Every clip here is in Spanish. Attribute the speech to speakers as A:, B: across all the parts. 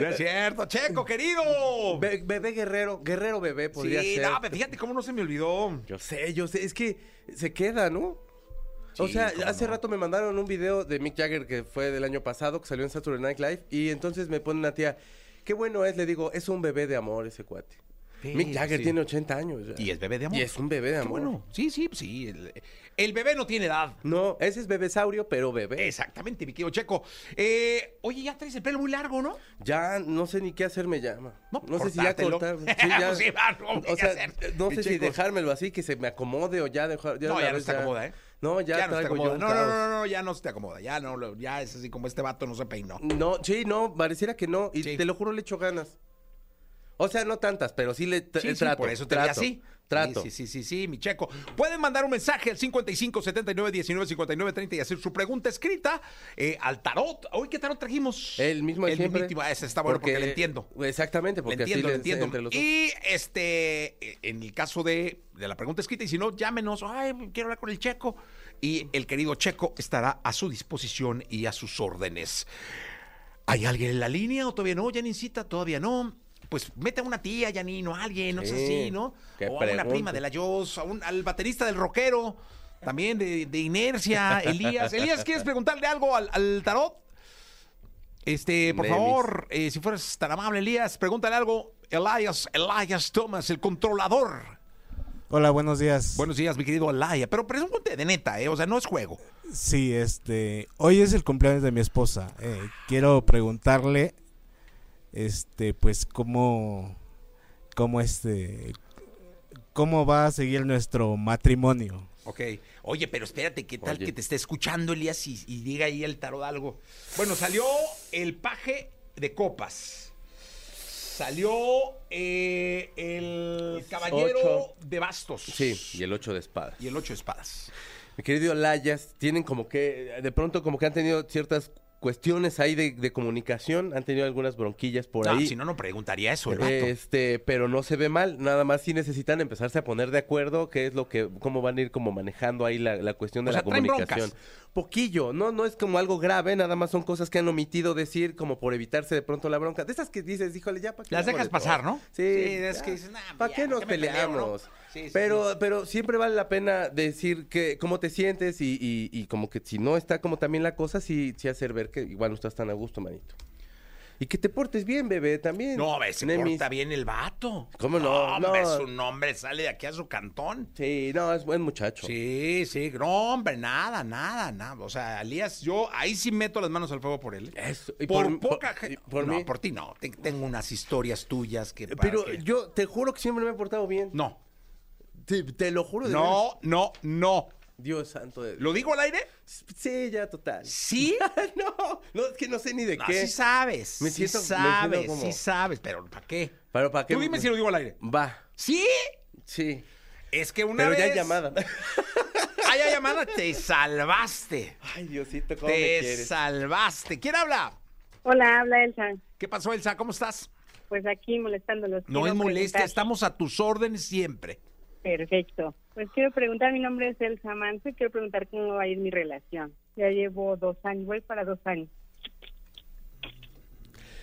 A: No es cierto, Checo, querido.
B: Be- bebé guerrero, guerrero bebé podría
A: sí,
B: ser.
A: no, pero fíjate cómo no se me olvidó.
B: Yo sé, yo sé, es que se queda, ¿no? o
A: Sí,
B: sea,
A: cómo
B: hace
A: no.
B: rato me mandaron un video de Mick Jagger que fue del año pasado, que salió en Saturday Night Live, y entonces me pone una tía, qué bueno es, le digo, es un bebé de amor ese cuate.
A: Sí,
B: Mick Jagger
A: sí.
B: tiene 80 años ya.
A: Y es bebé de amor.
B: Y es un bebé de
A: Qué
B: amor.
A: bueno, sí, sí, sí. El, el bebé no tiene edad.
B: No, ese es bebesaurio, pero bebé.
A: Exactamente, mi querido Checo. Eh, oye, ya traes el pelo muy largo, ¿no?
B: Ya no sé ni qué hacerme ya, ma.
A: No,
B: No, sé si ya
A: cortátelo.
B: cortar.
A: Pues sí, va, no voy a
B: o sea,
A: hacer.
B: no
A: Mi
B: sé si
A: chico.
B: dejármelo así, que se me acomode o ya dejar.
A: no,
B: una
A: ya no
B: vez
A: se te acomoda, ¿eh?
B: No, ya,
A: no se te
B: traigo yo
A: acomoda.
B: un
A: No, no,
B: caos.
A: no, no, ya no se te acomoda. Ya no, lo- ya es así como este vato no se peinó.
B: No, sí, no, pareciera que no. Y
A: Sí.
B: te lo juro, le echo ganas. O sea, no tantas, pero sí le tra-
A: Sí, sí,
B: eh, trato.
A: por eso te
B: trato,
A: veía así.
B: Trato.
A: Sí, sí, sí, sí, sí, mi checo. Pueden mandar un mensaje al 55 79 19 59 30 y hacer su pregunta escrita eh, al tarot. Hoy, ¿qué tarot trajimos?
B: El mismo de
A: El
B: siempre.
A: mismísimo. Ah, Ese está bueno porque, le entiendo.
B: Exactamente,
A: Le
B: porque
A: entiendo, le
B: así le-
A: entiendo.
B: entre los dos.
A: Y este, eh, en el caso de, de la pregunta escrita, y si no, llámenos. Ay, quiero hablar con el checo. Y el querido checo estará a su disposición y a sus órdenes. ¿Hay alguien en la línea o todavía no? Janincita, todavía no. Pues mete a una tía, Janine, o a alguien, no sé
B: Sí,
A: si, ¿no?
B: qué
A: O a una
B: pregunta.
A: prima de la Jos, a un- al baterista del rockero, también de, de Inercia, Elías. Elías, ¿quieres preguntarle algo al, al tarot? Este, por
B: Nevis.
A: favor, eh, si fueras tan amable, Elías, pregúntale algo. Elias, Elias Thomas, el controlador.
C: Hola, buenos días.
A: Buenos días, mi querido Elias. Pero pregunte de neta, ¿eh? O sea, no es juego.
C: Sí, este, hoy es el cumpleaños de mi esposa. Eh, quiero preguntarle, este, pues, cómo, cómo este, cómo va a seguir nuestro matrimonio.
A: Ok. Oye, pero espérate, ¿qué tal
B: Oye.
A: que te esté escuchando Elías y, y diga ahí el tarot algo? Bueno, salió el paje de copas. Salió eh, el caballero
B: Ocho.
A: de bastos.
B: Sí, y el 8 de espadas.
A: Y el ocho de espadas.
B: Mi querido Layas, tienen como que, de pronto como que han tenido ciertas cuestiones ahí de, de comunicación, han tenido algunas bronquillas por
A: Ah,
B: ahí.
A: si no, no preguntaría eso el vato.
B: Este, pero no se ve mal, nada más sí necesitan empezarse a poner de acuerdo qué es lo que, cómo van a ir como manejando ahí la, la cuestión de
A: O
B: la
A: sea, traen
B: comunicación. Poquillo, no, no es como algo grave, nada más son cosas que han omitido decir como por evitarse de pronto la bronca. De esas que dices, híjole, ya para qué.
A: Las
B: hago
A: dejas
B: de
A: pasar,
B: todo?
A: ¿no?
B: Sí,
A: Sí, es
B: ya,
A: que dices, "Nah, pues
B: ¿Para
A: ya,
B: qué
A: ¿para
B: nos
A: qué me peleo, no?"
B: peleamos?
A: Sí, sí,
B: pero, pero siempre vale la pena decir que cómo te sientes y, y- y como que si no está como también la cosa, sí, sí hacer ver que igual no estás tan a gusto, manito. Y que te portes bien, bebé, también.
A: No, ve, se
B: Nemis.
A: porta bien el vato.
B: ¿Cómo no?
A: hombre,
B: No.
A: su nombre sale de aquí a su cantón.
B: Sí, no, es buen muchacho.
A: Sí, sí, no, hombre, nada, nada, nada. O sea, Elías, yo ahí sí meto las manos al fuego por él. ¿eh?
B: Eso, y
A: por,
B: por-
A: poca
B: por-
A: gente.
B: y por
A: no,
B: mí.
A: por ti no. Te- tengo unas historias tuyas que.
B: Eh, Pero
A: que-
B: yo te juro que siempre me he portado bien.
A: No,
B: Te, te lo juro. de veras.
A: no, no, no.
B: Dios santo. de-
A: ¿Lo digo al aire?
B: Sí, ya, total. Ah,
A: Sí.
B: no, no, es que no sé ni de
A: No,
B: qué.
A: sí sabes.
B: Me
A: sí
B: siento- me siento
A: sabes,
B: como-
A: sí sabes. Pero ¿para qué?
B: Pero para qué.
A: Tú dime si lo digo al aire.
B: Va,
A: Sí.
B: sí.
A: Es que una
B: Pero
A: vez.
B: ya hay llamada.
A: Ah, ya llamada. Te salvaste.
B: Ay, Diosito, ¿cómo me
A: Te
B: quieres?
A: salvaste. ¿Quién habla?
D: Hola, habla Elsa.
A: ¿Qué pasó, Elsa? ¿Cómo estás?
D: Pues aquí molestándolos.
A: No
D: Quiero
A: es molestia,
D: preguntar-
A: estamos a tus órdenes siempre.
D: Perfecto. Pues quiero preguntar, mi nombre es Elsa Manso y quiero preguntar cómo va a ir mi relación. Ya llevo dos años, voy para dos años.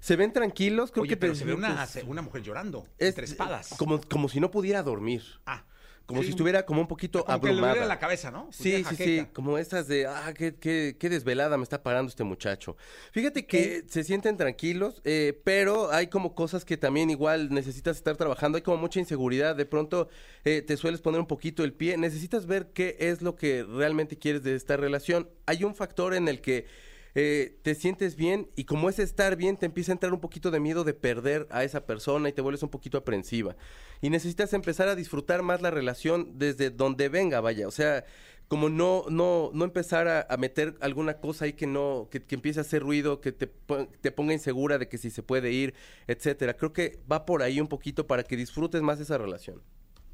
B: Se ven tranquilos, creo
A: Oye,
B: que
A: pero
B: te-
A: se ve una,
B: pues,
A: una mujer llorando.
B: es-
A: entre espadas.
B: Como, como si no pudiera dormir.
A: Ah,
B: Como
A: sí.
B: si estuviera como un poquito
A: Como que le
B: abrumada.
A: duele la cabeza, ¿no?
B: Sí,
A: Una
B: sí, sí,
A: jaqueca.
B: como esas de, ah, qué, qué, qué desvelada me está parando este muchacho. Fíjate que se sienten tranquilos, eh, pero hay como cosas que también igual necesitas estar trabajando, hay como mucha inseguridad, de pronto eh, te sueles poner un poquito el pie, necesitas ver qué es lo que realmente quieres de esta relación. Hay un factor en el que eh, te sientes bien y como es estar bien, te empieza a entrar un poquito de miedo de perder a esa persona y te vuelves un poquito aprensiva. Y necesitas empezar a disfrutar más la relación desde donde venga, vaya. O sea, como no, no, no empezar a, a meter alguna cosa ahí que no, que, que empiece a hacer ruido, que te, pon- te ponga insegura de que si se puede ir, etcétera. Creo que va por ahí un poquito para que disfrutes más esa relación.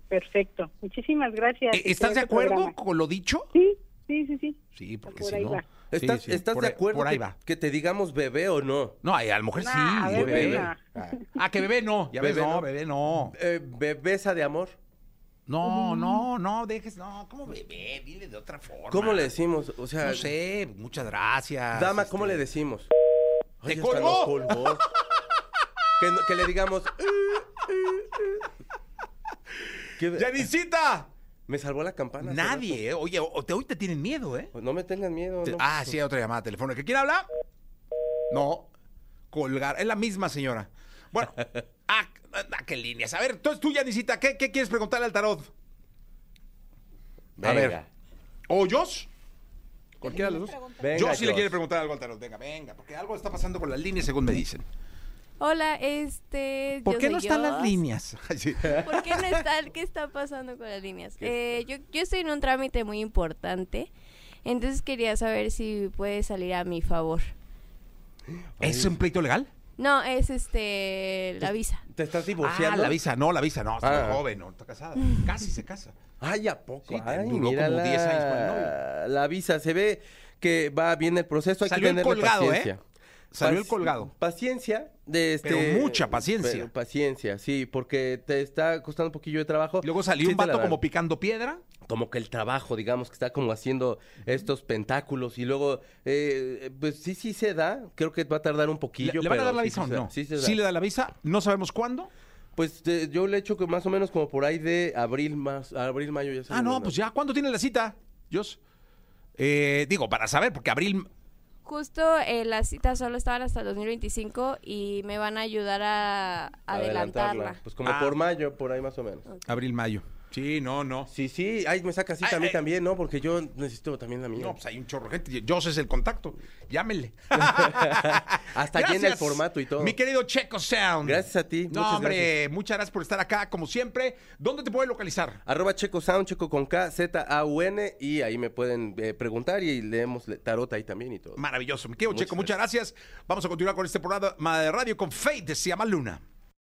D: Perfecto. Muchísimas gracias.
A: Eh, ¿Estás de
D: Excelente
A: acuerdo
D: programa.
A: con lo dicho?
D: Sí,
A: Sí, porque
D: Por
A: si
D: ahí
A: no.
D: va.
A: Sí,
B: ¿Estás,
A: sí,
B: estás
A: por
B: de
A: ahí-
B: acuerdo
A: Por ahí
B: que-
A: va.
B: que te digamos bebé o no?
A: No, a la mujer Pues sí.
D: Nah,
A: bebé.
D: bebé.
A: Ah. Ah, que bebé no. Ya
B: Bebé
A: ves, no,
B: no.
A: bebé no.
B: Eh, bebesa de amor.
A: No, no, no, dejes, no, ¿cómo bebé? Dile de otra forma.
B: ¿Cómo le decimos? O sea,
A: No sé, muchas gracias.
B: dama, ¿cómo
A: este.
B: le decimos?
A: ¡Te
B: hasta nos
A: colgó!
B: colgó. que, no- que le digamos. "Eh, eh, eh". ¿Qué-
A: ¡Yanisita!
B: Me salvó la campana. hace rato.
A: Nadie, eh. Oye, o- te- hoy te tienen miedo, ¿eh?
B: Pues no me tengan miedo.
A: Te-
B: no.
A: Ah, sí, hay otra llamada telefónica. ¿Quién habla? No. Colgar. Es la misma señora. Bueno, ah, ah, qué líneas. A ver, entonces tú, Yanisita, ¿qué, qué quieres preguntarle al tarot? A
B: Venga.
A: ver. ¿Hoyos? Cualquiera de los dos.
B: Venga,
A: Yo sí le
B: Josh.
A: quiero preguntar algo al tarot. Venga, venga, porque algo está pasando con las líneas según me dicen.
E: Hola, este.
A: ¿Por
E: yo
A: qué
E: soy
A: no están las
E: Joss.
A: líneas? Ay, sí.
E: ¿Por qué no están? ¿Qué está pasando con las líneas? Eh, yo, yo estoy en un trámite muy importante. Entonces quería saber si puede salir a mi favor.
A: ¿Es un pleito legal?
E: No, es este. La visa.
B: ¿Te estás divorciando?
A: Ah, la visa, no, la visa, no, está
B: Ah.
A: muy joven, no, está casada, casi se casa.
B: Ay, ¿a poco?
A: Sí,
B: Ay,
A: duró como
B: mírala.
A: 10 años con el novio.
B: La visa, se ve que va bien el proceso. Hay
A: Salió
B: que
A: el
B: tenerle
A: colgado, ¿eh?
B: paciencia.
A: Salió
B: Paci-
A: el colgado.
B: Paciencia. De este,
A: Pero mucha paciencia.
B: pero paciencia, sí, porque te está costando un poquillo de trabajo.
A: Luego salió
B: Sí
A: un
B: te la
A: vato
B: dan.
A: como picando piedra.
B: Como que el trabajo, digamos, que está como haciendo estos pentáculos y luego, eh, pues sí, sí se da. Creo que va a tardar un
A: ¿Le,
B: poquillo.
A: le van a
B: pero
A: dar la
B: sí
A: visa o
B: se da,
A: no?
B: Sí, se da.
A: le da la visa, no sabemos cuándo.
B: Pues eh, yo le echo que más o menos como por ahí de abril, más, abril, mayo ya se
A: Ah, no, pues ya, ¿cuándo tiene la cita? Dios. Eh, digo, para saber, porque abril.
E: Justo eh, las citas solo estaban hasta el 2025 y me van a ayudar a adelantarla.
B: Pues como
A: Ah.
B: por mayo, por ahí más o menos.
A: Abril, mayo. Sí, no, no.
B: Sí, sí, ahí me saca cita
A: Ay,
B: a mí
A: ay.
B: también, ¿no? Porque yo necesito también la mía.
A: No, pues hay un chorro de gente. Yo sé es el contacto. Llámenle.
B: Hasta llena
A: Gracias,
B: el formato y todo.
A: Mi querido Checo Sound.
B: Gracias a ti,
A: No,
B: muchas
A: hombre, muchas gracias por estar acá, como siempre. ¿Dónde te puedes localizar?
B: Arroba Checo Sound, Checo con K, Z, A, U, N, y ahí me pueden eh, preguntar y leemos le- tarot ahí también y todo.
A: Maravilloso. Me quedo,
B: Muchas
A: Checo. Muchas gracias. Vamos a continuar con este programa de radio con Fate de Siama Luna.